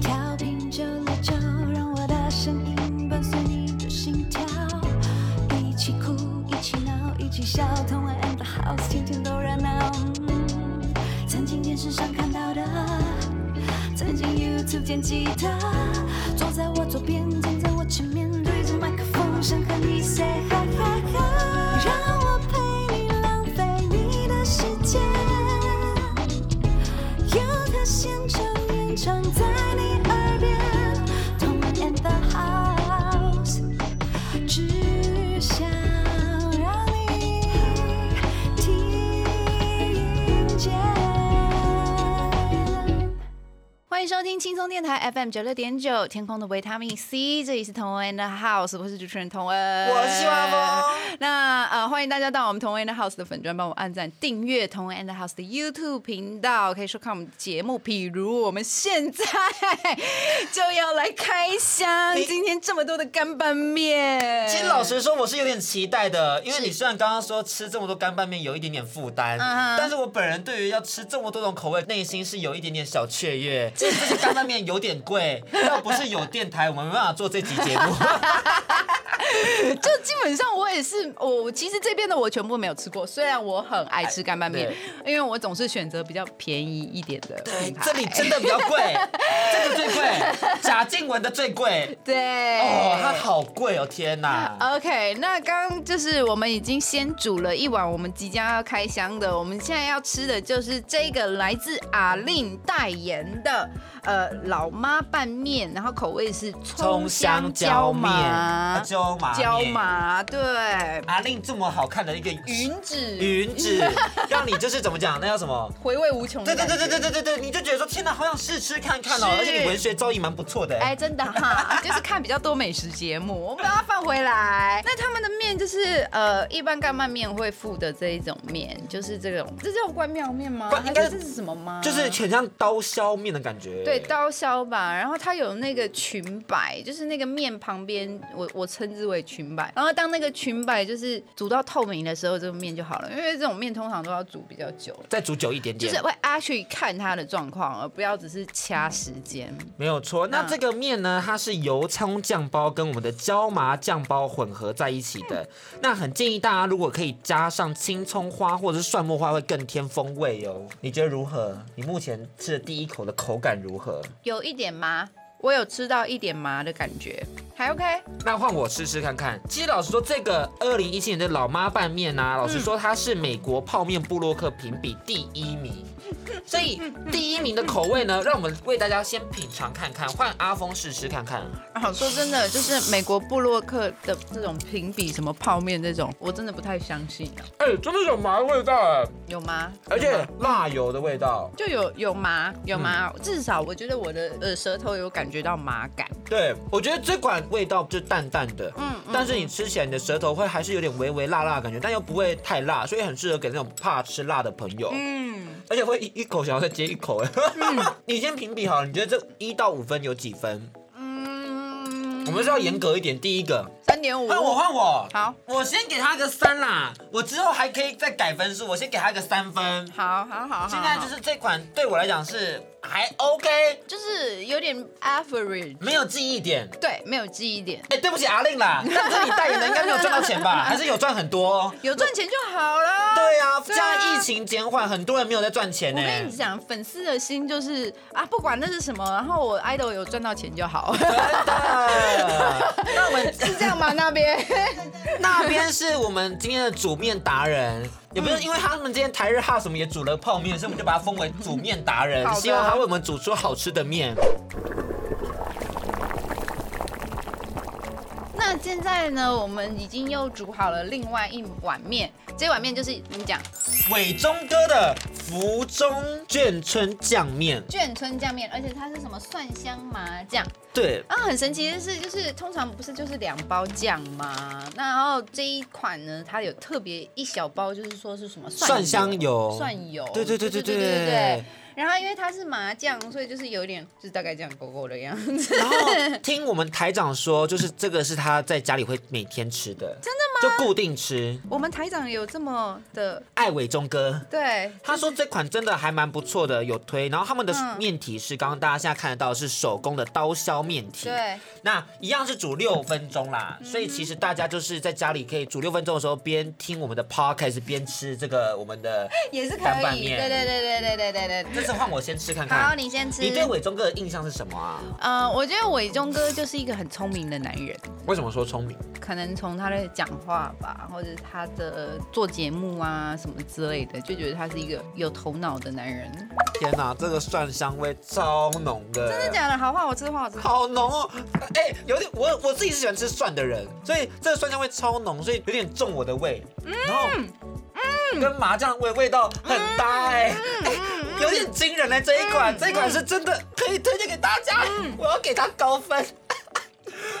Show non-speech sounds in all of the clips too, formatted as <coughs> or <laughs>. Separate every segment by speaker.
Speaker 1: 调频九六九，让我的声音伴随你的心跳，一起哭，一起闹，一起笑，同玩 and the house，天天都热闹。嗯曾经电视上看到的，曾经 YouTube 见吉他，坐在我左边，站在我前面，对着麦克风，想和你 say hi hi hi，让我陪你浪费你的时间。有他现场演唱在你耳边，同门 and the house，只想让你听见。
Speaker 2: 欢迎收听轻松电台 FM 九六点九，天空的维他命 C，这里是同恩的 House，我是主持人同恩，
Speaker 3: 我是万峰。
Speaker 2: 那呃，欢迎大家到我们同恩的 House 的粉专，帮我按赞、订阅同恩的 House 的 YouTube 频道，可以收看我们的节目。比如我们现在就要来开箱
Speaker 3: 你
Speaker 2: 今天这么多的干拌面，
Speaker 3: 其实老实说，我是有点期待的，因为你虽然刚刚说吃这么多干拌面有一点点负担，
Speaker 2: 嗯哼
Speaker 3: 但是我本人对于要吃这么多种口味，内心是有一点点小
Speaker 2: <laughs>
Speaker 3: 雀跃。这些干拌面有点贵，要不是有电台，我们没办法做这集节目。
Speaker 2: 就基本上我也是，我其实这边的我全部没有吃过，虽然我很爱吃干拌面，因为我总是选择比较便宜一点的
Speaker 3: 对
Speaker 2: 品，牌。
Speaker 3: 这里真的比较
Speaker 2: <laughs>
Speaker 3: 贵，这个最贵，贾静雯的最
Speaker 2: <laughs>
Speaker 3: 贵。
Speaker 2: 对
Speaker 3: 哦，它好贵哦，天哪！
Speaker 2: OK，那刚刚就是我们已经先煮了一碗我们即将要开箱的，我们现在要吃的就是这个来自阿令代言的呃老妈拌面，然后口味是
Speaker 3: 葱香
Speaker 2: 椒
Speaker 3: 椒面，啊
Speaker 2: 麻
Speaker 3: 椒麻
Speaker 2: 椒
Speaker 3: 面
Speaker 2: 麻，对，
Speaker 3: 阿令这么好看的一个
Speaker 2: 云 <laughs> 子
Speaker 3: 云子，让你就是怎么讲，那叫什么？
Speaker 2: 回味无穷的
Speaker 3: 对对
Speaker 2: 感觉，
Speaker 3: 对对对对对对，你就觉得说天哪，好想试吃看看哦，
Speaker 2: 是
Speaker 3: 而且你文学造诣蛮不错的。欸
Speaker 2: 哎，真的哈，就是看比较多美食节目，我们把它放回来。那他们的面就是呃，一般干拌面会附的这一种面，就是这种，这叫关庙面吗？
Speaker 3: 关
Speaker 2: 还
Speaker 3: 应该
Speaker 2: 是
Speaker 3: 是
Speaker 2: 这是什么吗？
Speaker 3: 就是很像刀削面的感觉。
Speaker 2: 对刀削吧，然后它有那个裙摆，就是那个面旁边，我我称之为裙摆。然后当那个裙摆就是煮到透明的时候，这个面就好了，因为这种面通常都要煮比较久。
Speaker 3: 再煮久一点
Speaker 2: 就
Speaker 3: 点，
Speaker 2: 是会 actually 看它的状况，而不要只是掐时间。
Speaker 3: 没有错。
Speaker 2: 嗯
Speaker 3: 那这个面呢，它是由葱酱包跟我们的椒麻酱包混合在一起的。
Speaker 2: 嗯
Speaker 3: 那很建议大家，如果可以加上青葱花或者是蒜末花，会更添风味哦。你觉得如何？你目前吃的第一口的口感如何？
Speaker 2: 有一点麻，我有吃到一点麻的感觉，还 OK。
Speaker 3: 那换我试试看看。其实老实说，这个二零一七年的老妈拌面呐、老实说它是美国泡面布洛克评比第一名，所以第一名的口味呢，让我们为大家先品尝看看，换阿峰试吃看看。
Speaker 2: 啊，说真的，就是美国布洛克的这种评比什么泡面这种，我真的不太相信啊。
Speaker 3: 哎、真的有麻的味道哎，
Speaker 2: 有吗？
Speaker 3: 而且辣油的味道。
Speaker 2: 就有有麻有麻，至少我觉得我的呃舌头有感觉到麻感。
Speaker 3: 对，我觉得这款味道就淡淡的，嗯，但是你吃起来你的舌头会还是有点微微辣辣的感觉，但又不会太辣，所以很适合给那种怕吃辣的朋友。
Speaker 2: 嗯，
Speaker 3: 而且会一一口想要再接一口哎。 <laughs> 你先评比好了，你觉得这一到五分有几分？
Speaker 2: 嗯
Speaker 3: 我们是要严格一点。第一个，
Speaker 2: 三点五。
Speaker 3: 换我换我，
Speaker 2: 嗯好，
Speaker 3: 我先给他个三啦，我之后还可以再改分数，我先给他个三分。
Speaker 2: 好好好好。
Speaker 3: 现在就是这款对我来讲是还 OK，
Speaker 2: 就是有点 average，
Speaker 3: 没有记忆点。
Speaker 2: 对，没有记忆点。
Speaker 3: 哎、对不起阿
Speaker 2: <laughs>
Speaker 3: 令啦，但是你代言的应该没有赚到钱吧？还是有赚很多哦？
Speaker 2: 有赚钱就好了。
Speaker 3: 对啊，
Speaker 2: 对
Speaker 3: 现
Speaker 2: 啊
Speaker 3: 在疫情减缓，很多人没有在赚钱欸
Speaker 2: 我
Speaker 3: 呢、
Speaker 2: 跟你讲，粉丝的心就是啊，不管那是什么，然后我 idol 有赚到钱就 <laughs> 好，
Speaker 3: 真的，那我们
Speaker 2: 是这样吗？那边 <laughs>
Speaker 3: 那边是我们今天的煮面达人，也不是因为他们今天台日哈什么也煮了泡面，所以我们就把它封为煮面达人
Speaker 2: 好，的
Speaker 3: 希望他为我们煮出好吃的面。
Speaker 2: 那现在呢，我们已经又煮好了另外一碗面，这碗面就是你讲
Speaker 3: 伟忠哥的福中眷村酱面，
Speaker 2: 眷村酱面，而且它是什么蒜香麻酱
Speaker 3: 对，
Speaker 2: 啊，很神奇的是，就是通常不是就是两包酱吗？那然后这一款呢，它有特别一小包，就是说是什么蒜
Speaker 3: 蒜香油
Speaker 2: 蒜油，
Speaker 3: 对对对
Speaker 2: 对
Speaker 3: 对
Speaker 2: 对
Speaker 3: 对
Speaker 2: 对对。然后因为它是麻酱，所以就是有点就是大概这样勾勾的样子。
Speaker 3: 然后听我们台长说，就是这个是他在家里会每天吃的，真的吗？就固定吃。
Speaker 2: 我们台长有这么的
Speaker 3: 艾伟忠哥，
Speaker 2: 对，
Speaker 3: 他说这款真的还蛮不错的，有推。然后他们的
Speaker 2: 嗯
Speaker 3: 面体是刚刚大家现在看得到的是手工的刀削面体，
Speaker 2: 对，
Speaker 3: 那一样是煮六分钟啦。
Speaker 2: 嗯
Speaker 3: 所以其实大家就是在家里可以煮六分钟的时候，边听我们的 podcast 边吃这个我们的。
Speaker 2: 也是可
Speaker 3: 单拌
Speaker 2: 以，
Speaker 3: 面
Speaker 2: 对对对对对对对对。
Speaker 3: 这次换我先吃看
Speaker 2: 好，
Speaker 3: 看。
Speaker 2: 你先吃。
Speaker 3: 你对伟忠哥的印象是什么啊？
Speaker 2: 呃，我觉得伟忠哥就是一个很聪明的男人，
Speaker 3: 为什么说聪明？
Speaker 2: 可能从他的讲话吧，或者他的做节目啊什么之类的，就觉得他是一个有头脑的男人。
Speaker 3: 天哪、这个蒜香味超浓的，
Speaker 2: 真的假的？好话我吃，话我吃。
Speaker 3: 好浓哦！哎、有点我我自己是喜欢吃蒜的人，所以这个蒜香味超浓，所以有点中我的胃，
Speaker 2: 嗯
Speaker 3: 然后跟麻酱味味道很
Speaker 2: 嗯
Speaker 3: 搭哎、哎 <laughs> 有点惊人哎、这一款、这一
Speaker 2: 嗯
Speaker 3: 款是真的可以推荐给大家，我要给他高分。 <laughs>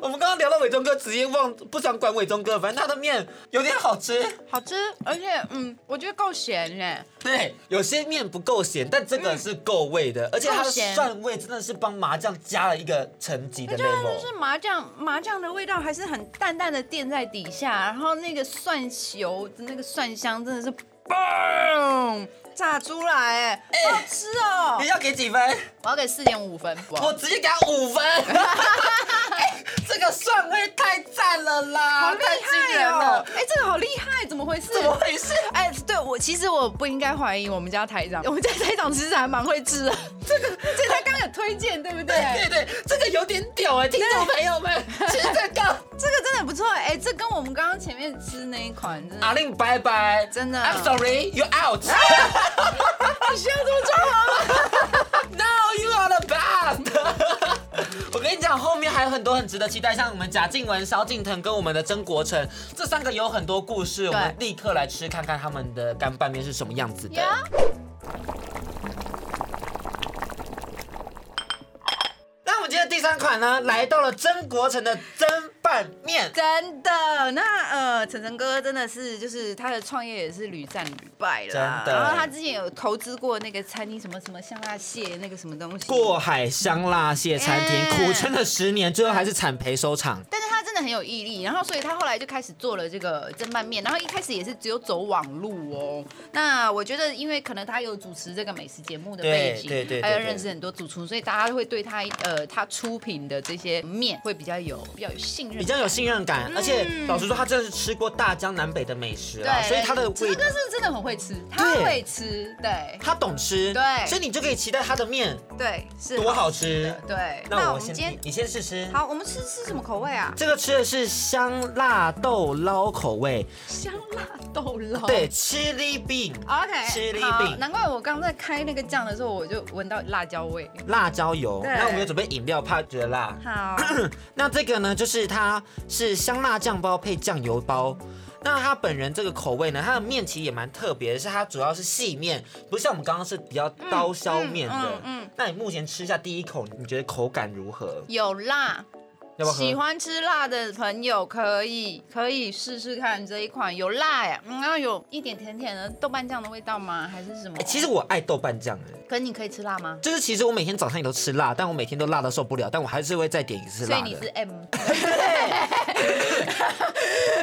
Speaker 3: 我们刚刚聊到伟忠哥，直接忘不想管伟忠哥，反正他的面有点好吃。
Speaker 2: 好吃，而且嗯，我觉得够咸嘞。
Speaker 3: 对，有些面不够咸，但这个是够味的，而且它
Speaker 2: 嗯
Speaker 3: 的
Speaker 2: 够咸啊
Speaker 3: 蒜味真的是帮麻酱加了一个层级的 level。
Speaker 2: 就是麻酱，麻酱的味道还是很淡淡的垫在底下，然后那个蒜油、那个蒜香真的是嘣炸出来，哎、好吃哦
Speaker 3: 你！要给几分？
Speaker 2: 我要给四点五分，
Speaker 3: 哎我直接给他五
Speaker 2: <laughs>
Speaker 3: 分。哎这个蒜味太赞了啦，
Speaker 2: 好厉
Speaker 3: 太惊
Speaker 2: 害
Speaker 3: 人
Speaker 2: 哦
Speaker 3: 了！！
Speaker 2: 哎、这个好厉害，怎么回事？
Speaker 3: 怎么回事？
Speaker 2: 哎、对我其实我不应该怀疑我们家台长，我们家台长其实还蛮会吃的。这个，这他刚刚有推荐，对不对？
Speaker 3: 对对，这个有点屌哎，听众朋友们，吃这
Speaker 2: <laughs>
Speaker 3: 个
Speaker 2: 这个真的不错，哎、这跟我们刚刚前面吃那一款真的。
Speaker 3: 阿令拜拜，
Speaker 2: 真的
Speaker 3: I'm sorry, you
Speaker 2: <laughs>
Speaker 3: out. 啊
Speaker 2: 你需要这么装吗？
Speaker 3: No, you are the best. <laughs> 我跟你讲，后面还有很多很值得期待，像我们贾静雯、萧敬腾跟我们的曾国成，这三个有很多故事，我们立刻来吃看看他们的干拌面是什么样子的。那我们今天第三款呢，来到了曾国成的蒸拌面。
Speaker 2: 真的，那呃，晨晨哥真的是，就是他的创业也是屡战屡败啦。
Speaker 3: 真的
Speaker 2: 然后他之前有投资过那个餐厅，什么什么香辣蟹那个什么东西。
Speaker 3: 过。海香辣蟹餐厅、
Speaker 2: 哎
Speaker 3: 苦撑了十年，最后还是惨赔收场。
Speaker 2: 但是他真的很有毅力，然后所以他后来就开始做了这个蒸拌面，然后一开始也是只有走网路哦。那我觉得，因为可能他有主持这个美食节目的背景，
Speaker 3: 对对对对
Speaker 2: 还有
Speaker 3: 对
Speaker 2: 认识很多主厨，所以大家会对他呃他出品的这些面会比较有比较有信任
Speaker 3: 比。较有信任
Speaker 2: 嗯
Speaker 3: 感，而且老实说，他真的是吃过大江南北的美食啦，啊所以他的
Speaker 2: 这
Speaker 3: 味道
Speaker 2: 个是真的很会吃，他
Speaker 3: 对
Speaker 2: 会吃，对
Speaker 3: 他懂吃，
Speaker 2: 对
Speaker 3: 所以你就可以期待他的面
Speaker 2: 对是
Speaker 3: 多好
Speaker 2: 的
Speaker 3: 吃。
Speaker 2: 对，
Speaker 3: 那
Speaker 2: 我
Speaker 3: 我
Speaker 2: 们
Speaker 3: 先
Speaker 2: 今天
Speaker 3: 你你先试吃。
Speaker 2: 好，我们吃吃什么口味啊？
Speaker 3: 这个吃的是香辣豆捞口味，
Speaker 2: 香辣豆捞。
Speaker 3: 对，chili bean。
Speaker 2: ，OK，
Speaker 3: chili
Speaker 2: 好，
Speaker 3: bean
Speaker 2: 难怪我刚在开那个酱的时候，我就闻到辣椒味。
Speaker 3: 辣椒油，
Speaker 2: 对
Speaker 3: 那我们有准备饮料，怕觉得辣。 <coughs>
Speaker 2: 好，
Speaker 3: 那这个呢，就是它是香辣酱包配酱油包。那它本人这个口味呢，它的面其实也蛮特别的，是它主要是细面，不是像我们刚刚是比较刀削面的。
Speaker 2: 嗯嗯嗯
Speaker 3: 那你目前吃下第一口，你觉得口感如何？
Speaker 2: 有辣，
Speaker 3: 要不要喝？
Speaker 2: 喜欢吃辣的朋友可以可以试试看这一款，有辣呀，嗯然后有一点甜甜的豆瓣酱的味道吗？还是什么
Speaker 3: 欸、？其实，我爱豆瓣酱的。
Speaker 2: 可你可以吃辣吗？
Speaker 3: 就是其实我每天早上也都吃辣，但我每天都辣到受不了，但我还是会再点一次
Speaker 2: 所以
Speaker 3: 辣
Speaker 2: 你是
Speaker 3: 的。 <laughs>
Speaker 2: M。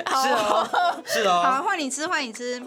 Speaker 3: 是哦，是
Speaker 2: 好，
Speaker 3: 哦。
Speaker 2: 换你吃，换你吃。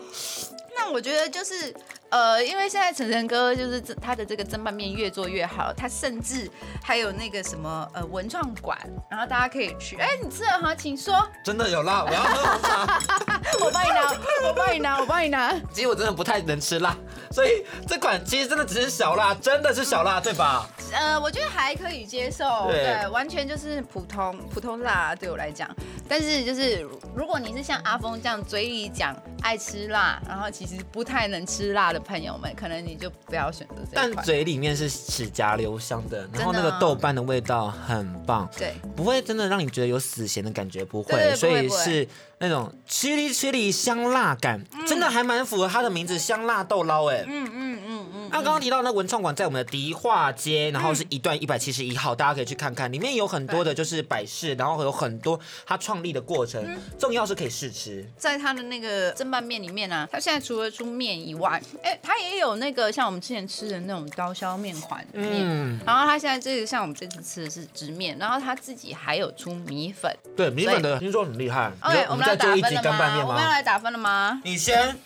Speaker 2: 那我觉得就是，呃，因为现在晨晨哥就是这他的这个蒸拌面越做越好，他甚至还有那个什么呃文创馆，然后大家可以去。哎、你吃了哈，请说，
Speaker 3: 真的有辣，我要喝红茶。 <laughs>
Speaker 2: 我帮你拿，我帮你拿，我帮你拿。
Speaker 3: 其实我真的不太能吃辣，所以这款其实真的只是小辣，真的是小辣，对吧？
Speaker 2: <laughs> 呃，我觉得还可以接受，
Speaker 3: 对
Speaker 2: 完全就是普通普通辣对我来讲。但是就是如果你是像阿峰这样嘴里讲爱吃辣，然后其实不太能吃辣的朋友们，可能你就不要选择这一
Speaker 3: 但
Speaker 2: 款。
Speaker 3: 嘴里面是齿颊留香的，然后那
Speaker 2: 真的
Speaker 3: 个
Speaker 2: 啊
Speaker 3: 豆瓣的味道很棒，
Speaker 2: 对。
Speaker 3: 不会真的让你觉得有死咸的感觉，不会，
Speaker 2: 对对
Speaker 3: 所以
Speaker 2: 不会不会
Speaker 3: 是那种 chili chili 香辣感，真的还蛮符合它的名字香辣豆捞哎、
Speaker 2: 嗯嗯嗯嗯，嗯
Speaker 3: 那刚刚提到那文创馆在我们的迪化街，然后是一段一百七十一号，大家可以去看看，里面有很多的就是摆饰，然后有很多它创立的过程，
Speaker 2: 嗯
Speaker 3: 重要是可以试吃。
Speaker 2: 在它的那个蒸拌面里面啊，它现在除了出面以外，哎、它也有那个像我们之前吃的那种刀削面团的面，
Speaker 3: 嗯，
Speaker 2: 然后它现在这个像我们这次吃的是直面，然后它自己还有出米粉。
Speaker 3: 对，米粉的听说很厉害。
Speaker 2: OK，
Speaker 3: 我
Speaker 2: 哦我们
Speaker 3: 们再
Speaker 2: 要
Speaker 3: 做
Speaker 2: 打
Speaker 3: 一集
Speaker 2: 分了
Speaker 3: 干拌
Speaker 2: 吗？
Speaker 3: 面
Speaker 2: 我们要
Speaker 3: 吗？
Speaker 2: 来打分了吗？
Speaker 3: 你先，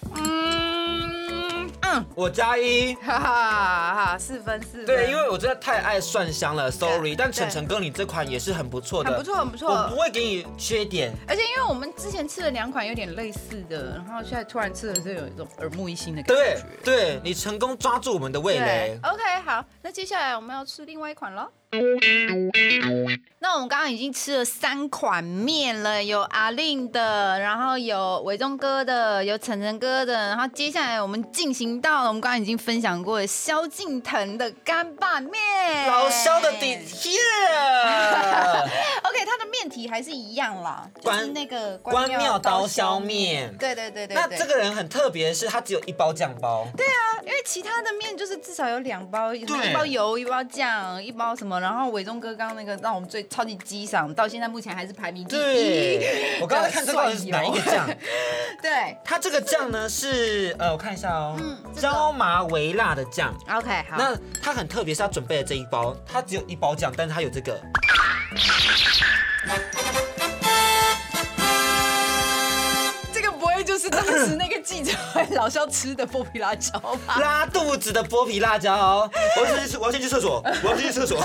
Speaker 2: 嗯嗯，
Speaker 3: 我加一。
Speaker 2: 哈哈哈，四分四分，
Speaker 3: 对，因为我真的太爱蒜香了，sorry。但晨晨哥，你这款也是很不错的，
Speaker 2: 很不错，很不错。
Speaker 3: 我不会给你缺点。
Speaker 2: 而且因为我们之前吃了两款有点类似的，然后现在突然吃了就有一种耳目一新的感
Speaker 3: 对
Speaker 2: 觉。
Speaker 3: 对，你成功抓住我们的味蕾。
Speaker 2: o k 好，那接下来我们要吃另外一款了。那我们刚刚已经吃了三款面了，有阿令的，然后有伟忠哥的，有晨晨哥的，然后接下来我们进行到了我们刚刚已经分享过的萧敬腾的干拌面，
Speaker 3: 老肖的底
Speaker 2: <laughs>
Speaker 3: 耶，
Speaker 2: OK，它的面体还是一样啦，就是
Speaker 3: 关
Speaker 2: 那个
Speaker 3: 关庙刀削面
Speaker 2: 对对对对对。
Speaker 3: 那这个人很特别，是他只有一包酱包。对，
Speaker 2: 因为其他的面就是至少有两包，一包油，一包酱，一包什么。然后伟忠哥刚刚那个让我们最超级激赏，到现在目前还是排名第一。
Speaker 3: 我刚才看这到底是
Speaker 2: <laughs>
Speaker 3: 哪一个酱？
Speaker 2: 对
Speaker 3: 它这个酱呢是呃，我看一下哦，
Speaker 2: 嗯这个
Speaker 3: 椒麻微辣的酱。
Speaker 2: ，OK，好。
Speaker 3: 那它很特别，是它准备的这一包，它只有一包酱，但是它有这个。
Speaker 2: 这个不会就是当时那个记者老肖吃的剥皮辣椒 <laughs> 吧？
Speaker 3: <laughs> 拉肚子的剥皮辣椒，我要先去，我要先去厕所，我要先去厕所。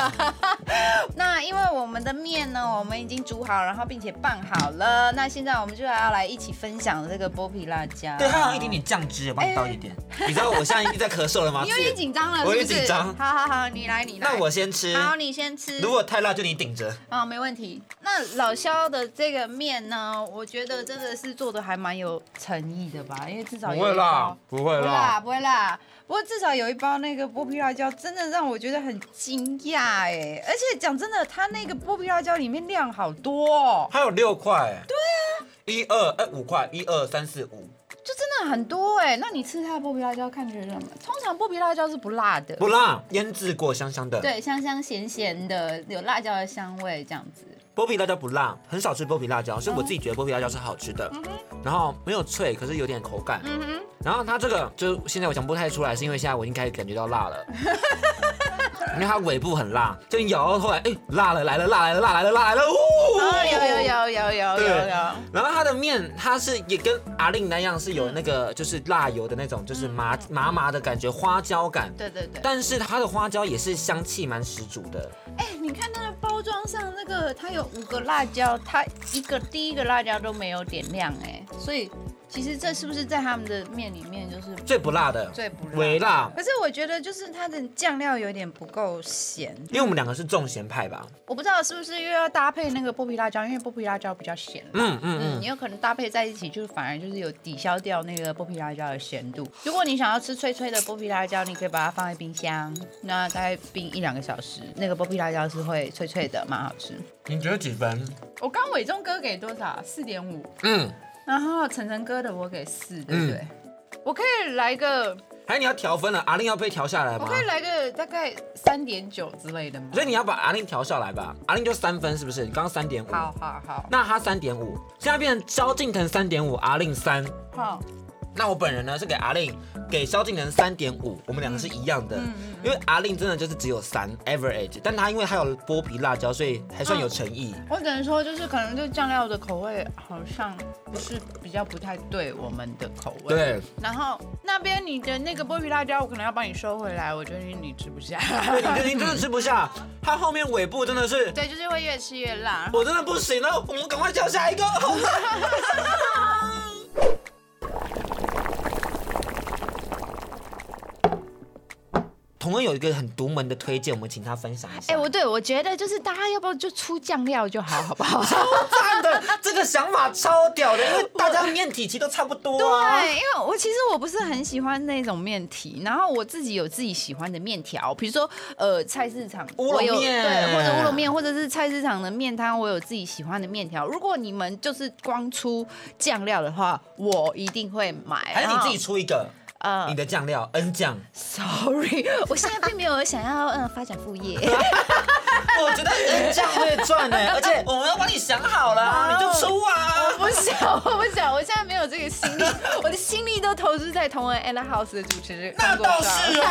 Speaker 2: 那因为我们的面呢，我们已经煮好，然后并且拌好了。那现在我们就要来一起分享这个剥皮辣椒。
Speaker 3: <laughs> 对，它好像一点点酱汁，我帮你倒一点。 <laughs> 你知道我现在一直在咳嗽了吗？
Speaker 2: <laughs> 你有点紧张了，是
Speaker 3: 我
Speaker 2: 不
Speaker 3: 有
Speaker 2: 是？
Speaker 3: 点紧张
Speaker 2: 好好好，你来，你来。
Speaker 3: 那我先吃，
Speaker 2: 好，你先吃。
Speaker 3: 如果太辣就你顶着。
Speaker 2: 啊、没问题。那老肖的这个面呢，我觉得真的是做的还蛮有诚意的吧，因为至少有一包，
Speaker 3: 不会
Speaker 2: 不会啦，，不会啦。不过至少有一包那个剥皮辣椒，真的让我觉得很惊讶哎！而且讲真的，它那个剥皮辣椒里面量好多哦，
Speaker 3: 它有六块。对啊，一二哎五块，一二三四五，
Speaker 2: 就真的很多哎。那你吃它的剥皮辣椒，看觉得什么？通常剥皮辣椒是不辣的，
Speaker 3: 不辣，腌制过香香的。，
Speaker 2: 对，香香咸咸的，有辣椒的香味这样子。
Speaker 3: 剥皮辣椒不辣，很少吃剥皮辣椒，所以我自己觉得剥皮辣椒是好吃的。然后没有脆，可是有点口感。
Speaker 2: 嗯哼。
Speaker 3: 然后它这个就现在我讲不太出来，是因为现在我已经开始感觉到辣了。
Speaker 2: <laughs>
Speaker 3: 因为它尾部很辣，就你咬到后来，哎、辣了来了，辣来了，辣来了，辣来了，哦
Speaker 2: 哦，有有有有有有
Speaker 3: 对
Speaker 2: 有。
Speaker 3: 然后它的面，它是也跟阿令那样，是有那个就是辣油的那种，就是麻麻麻的感觉，花椒感。
Speaker 2: 对对对，
Speaker 3: 但是它的花椒也是香气蛮十足的，
Speaker 2: 哎、你看它的包装上那个，它有五个辣椒，它一个第一个辣椒都没有点亮、哎，所以其实这是不是在他们的面里面就是
Speaker 3: 最不辣的，
Speaker 2: 最不
Speaker 3: 微
Speaker 2: 辣？
Speaker 3: 辣。
Speaker 2: 可是我觉得就是它的酱料有点不够咸，
Speaker 3: 因为我们两个是重咸派吧，
Speaker 2: 我不知道是不是又要搭配那个剥皮辣椒，因为剥皮辣椒比较咸。
Speaker 3: 嗯嗯
Speaker 2: 嗯，也有可能搭配在一起，就是反而就是有抵消掉那个剥皮辣椒的咸度。如果你想要吃脆脆的剥皮辣椒，你可以把它放在冰箱，那大概冰一两个小时，那个剥皮辣椒是会脆脆的，蛮好吃。
Speaker 3: 嗯，你觉得几分？
Speaker 2: 我刚伟忠哥给多少？四点五，
Speaker 3: 嗯，
Speaker 2: 然后晨晨哥的我给四，对
Speaker 3: 嗯
Speaker 2: 不对？我可以来个，
Speaker 3: 还哎有你要调分了，阿令要被调下来
Speaker 2: 我
Speaker 3: 吗？
Speaker 2: 可以来个大概三点九之类的吗？
Speaker 3: 啊所以你要把阿令调下来吧，阿令就三分是不是？你刚刚三点五，
Speaker 2: 好好好
Speaker 3: 那他三点五，现在变成萧敬腾三点五，阿令三。
Speaker 2: 好，
Speaker 3: 那我本人呢是给阿令，给萧敬腾三点五，我们两个是一样
Speaker 2: 嗯
Speaker 3: 的，因为阿令真的就是只有三 average，但他因为他有剥皮辣椒，所以还算有诚意。
Speaker 2: 我只能说就是可能就酱料的口味好像是比较不太对我们的口味。
Speaker 3: 对，
Speaker 2: 然后那边你的那个剥皮辣椒，我可能要帮你收回来，我觉得你吃不下。
Speaker 3: 对，你你真的吃不下，他后面尾部真的是，
Speaker 2: <laughs> 对，就是会越吃越辣。
Speaker 3: 我真的不行了，我们赶快叫下一个。好吗 <laughs> 同恩有一个很独门的推荐，我们请他分享一下。
Speaker 2: 哎、我对我觉得就是大家要不要就出酱料就好，好不好？
Speaker 3: 赞的，这个想法超屌的，因为大家面体积都差不多啊。
Speaker 2: 对，因为我其实我不是很喜欢那种面体，然后我自己有自己喜欢的面条，比如说呃菜市场
Speaker 3: 乌龙
Speaker 2: 我有
Speaker 3: 面
Speaker 2: 对，或者乌龙面，或者是菜市场的面摊，我有自己喜欢的面条。如果你们就是光出酱料的话，我一定会买。
Speaker 3: 还是你
Speaker 2: 然后
Speaker 3: 自己出一个，
Speaker 2: 呃
Speaker 3: 你的酱料 N 酱，
Speaker 2: ，sorry，我现在并没有想要嗯、呃发展副
Speaker 3: <laughs>
Speaker 2: 业。
Speaker 3: 我觉得 N 酱会赚呢，而且呃 <laughs> 我们要帮你想好了啊，你就出啊。
Speaker 2: 我不想，我不想，我现在没有这个心力，我的心力都投资在同仁 and house 的主持人
Speaker 3: 那
Speaker 2: 工作
Speaker 3: 倒
Speaker 2: 上
Speaker 3: 是哦，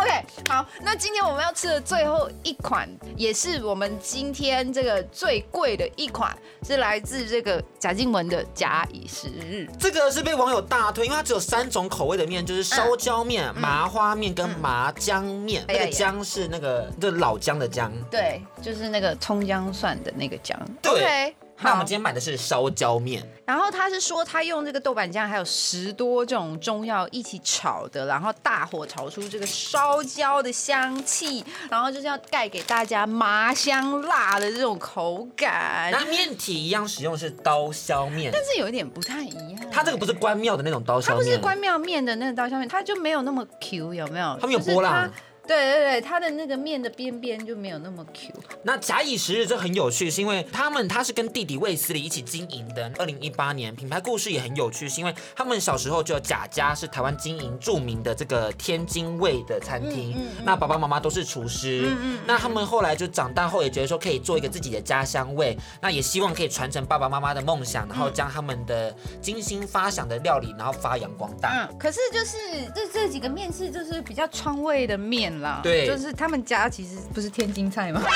Speaker 2: <laughs> OK，好，那今天我们要吃的最后一款，也是我们今天这个最贵的一款，是来自这个贾静雯的假以时日。
Speaker 3: 这个是被网友大推，因为它只有三种口味的面，就是烧焦面、麻花面跟麻姜面。
Speaker 2: 哎呀
Speaker 3: 那个姜是那个就是老姜的姜。
Speaker 2: 对，就是那个葱姜蒜的那个姜。
Speaker 3: 对
Speaker 2: OK，
Speaker 3: 那我
Speaker 2: 好
Speaker 3: 们今。天买的是烧焦面，
Speaker 2: 然后他是说，他用这个豆瓣酱还有十多种中药一起炒的，然后大火炒出这个烧焦的香气，然后就是要带给大家麻香辣的这种口感。
Speaker 3: 那面体一样使用的是刀削面，
Speaker 2: 但是有一点不太一样，
Speaker 3: 它这个不是关庙的那种刀削
Speaker 2: 它不是
Speaker 3: 面，
Speaker 2: 关庙面的那个刀削面，它就没有那么 Q，有没有？
Speaker 3: 它没有
Speaker 2: 就是
Speaker 3: 波浪
Speaker 2: 它。对对对，它的那个面的边边就没有那么 Q。
Speaker 3: 那假以时日，这很有趣，是因为他们他是跟弟弟卫斯理一起经营的。二零一八年品牌故事也很有趣，是因为他们小时候就有贾家是台湾经营著名的这个天津味的餐厅，那爸爸妈妈都是厨师，那他们后来就长大后也觉得说可以做一个自己的家乡味，那也希望可以传承爸爸妈妈的梦想，然后将他们的精心发想的料理，然后发扬光大。
Speaker 2: 嗯，可是就是这这几个面是就是比较川味的面啦，
Speaker 3: 对
Speaker 2: 就是他们家其实不是天津菜吗？ <laughs>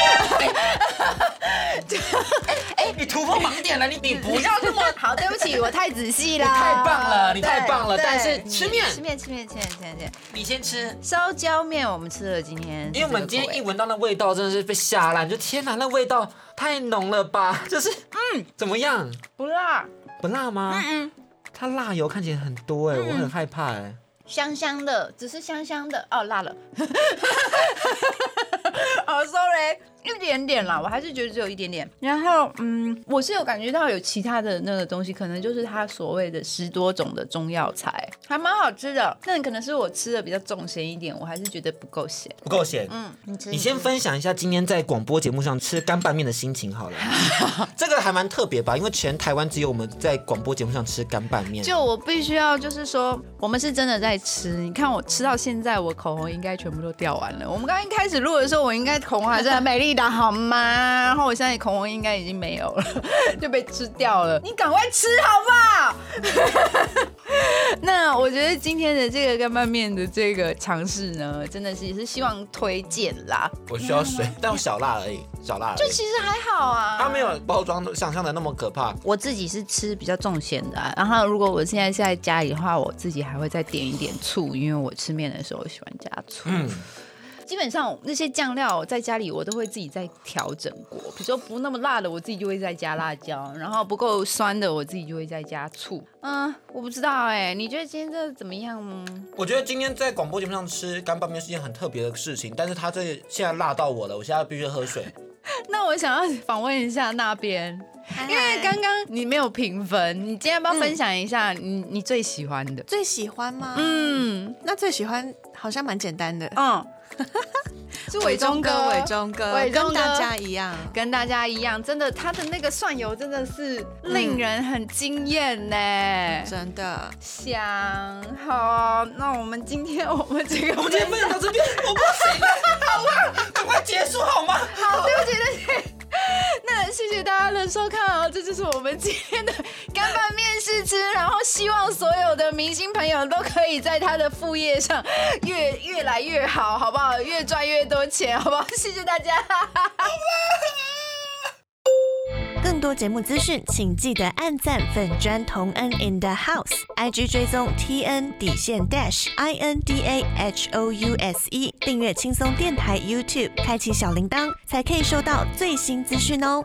Speaker 3: 哎、你突破盲点了，你你不要这么
Speaker 2: 好，对不起，我太仔细啦。
Speaker 3: 你太棒了你太棒了
Speaker 2: 对
Speaker 3: 但是
Speaker 2: 对
Speaker 3: 吃面
Speaker 2: 吃面，吃面，吃面，吃面，吃面。
Speaker 3: 你先吃。
Speaker 2: 烧焦面我们吃了今天，
Speaker 3: 因为我们今天一
Speaker 2: 一。
Speaker 3: 闻到那味道，真的是被吓烂，就天哪，那味道太浓了吧？ <laughs> 就是嗯，怎么样？
Speaker 2: 不辣，
Speaker 3: 不辣吗？
Speaker 2: 嗯嗯，
Speaker 3: 它辣油看起来很多哎、我很害怕哎、
Speaker 2: 香香的，只是香香的，哦，辣了。 <laughs> 哦，sorry，一点点啦，我还是觉得只有一点点。然后，嗯，我是有感觉到有其他的那个东西，可能就是它所谓的十多种的中药材，还蛮好吃的。但可能是我吃的比较重咸一点，我还是觉得不够咸。
Speaker 3: 不够咸。
Speaker 2: 嗯，你吃，
Speaker 3: 你先分享一下今天在广播节目上吃干拌面的心
Speaker 2: <laughs>
Speaker 3: 情好了，这个还蛮特别吧？因为全台湾只有我们在广播节目上吃干拌面。
Speaker 2: 就我必须要，就是说，我们是真的在吃。你看我吃到现在，我口红应该全部都掉完了。我们刚一开始录的时候，我应该口红还是很美丽的，好吗？啊然后我现在口红应该已经没有了， <laughs> 就被吃掉了。你赶快吃好不好？ <laughs> 那我觉得今天的这个干拌面的这个尝试呢，真的是也是希望推荐啦。
Speaker 3: 我需要水，但我小辣而已，小辣而
Speaker 2: 嗯
Speaker 3: 已。
Speaker 2: 就其实还好啊，
Speaker 3: 它没有包装想象的那么可怕。
Speaker 2: 我自己是吃比较重咸的啊、然后如果我现在在家里的话，我自己还会再点一点醋，因为我吃面的时候喜欢加醋。
Speaker 3: 嗯，
Speaker 2: 基本上那些酱料在家里我都会自己再调整过，比如说不那么辣的，我自己就会再加辣椒，然后不够酸的，我自己就会再加醋。嗯，我不知道哎、你觉得今天这怎么样 <laughs> 嗯
Speaker 3: 我觉得今天在广播节目上吃干拌面是件很特别的事情，但是它这现在辣到我了，我现在必须喝水。
Speaker 2: 那我想要访问一下那边，因为
Speaker 4: 哎
Speaker 2: 刚刚你没有评分，你今天要不要分享一下你、你最喜欢的？
Speaker 4: 最喜欢吗？
Speaker 2: 嗯
Speaker 4: 那最喜欢好像蛮简单的，
Speaker 2: 嗯， <laughs> 是伟忠哥，
Speaker 4: 伟忠哥，
Speaker 2: 伟忠哥
Speaker 4: 跟大家一样。
Speaker 2: 跟大家一样，真的，他的那个蒜油真的是令人很惊艳呢，
Speaker 3: 嗯
Speaker 4: 真的，
Speaker 2: 香。好啊、那我们今天我们这个，
Speaker 3: 我们今天分享到这边，我不行了， <laughs> 好啊吗？赶快结束好吗？
Speaker 2: 好，对不起，对不起。那谢谢大家的收看哦，这就是我们今天的干拌面试吃，然后希望所有的明星朋友都可以在他的副业上越越来越好，好不好？越赚越多钱，好不好？谢谢大家。
Speaker 5: 更多节目资讯，请记得按赞粉砖同恩 in the house，IG 追踪 T N 底线 dash I N D A H O U S E，订阅轻松电台 YouTube，开启小铃铛，才可以收到最新资讯哦。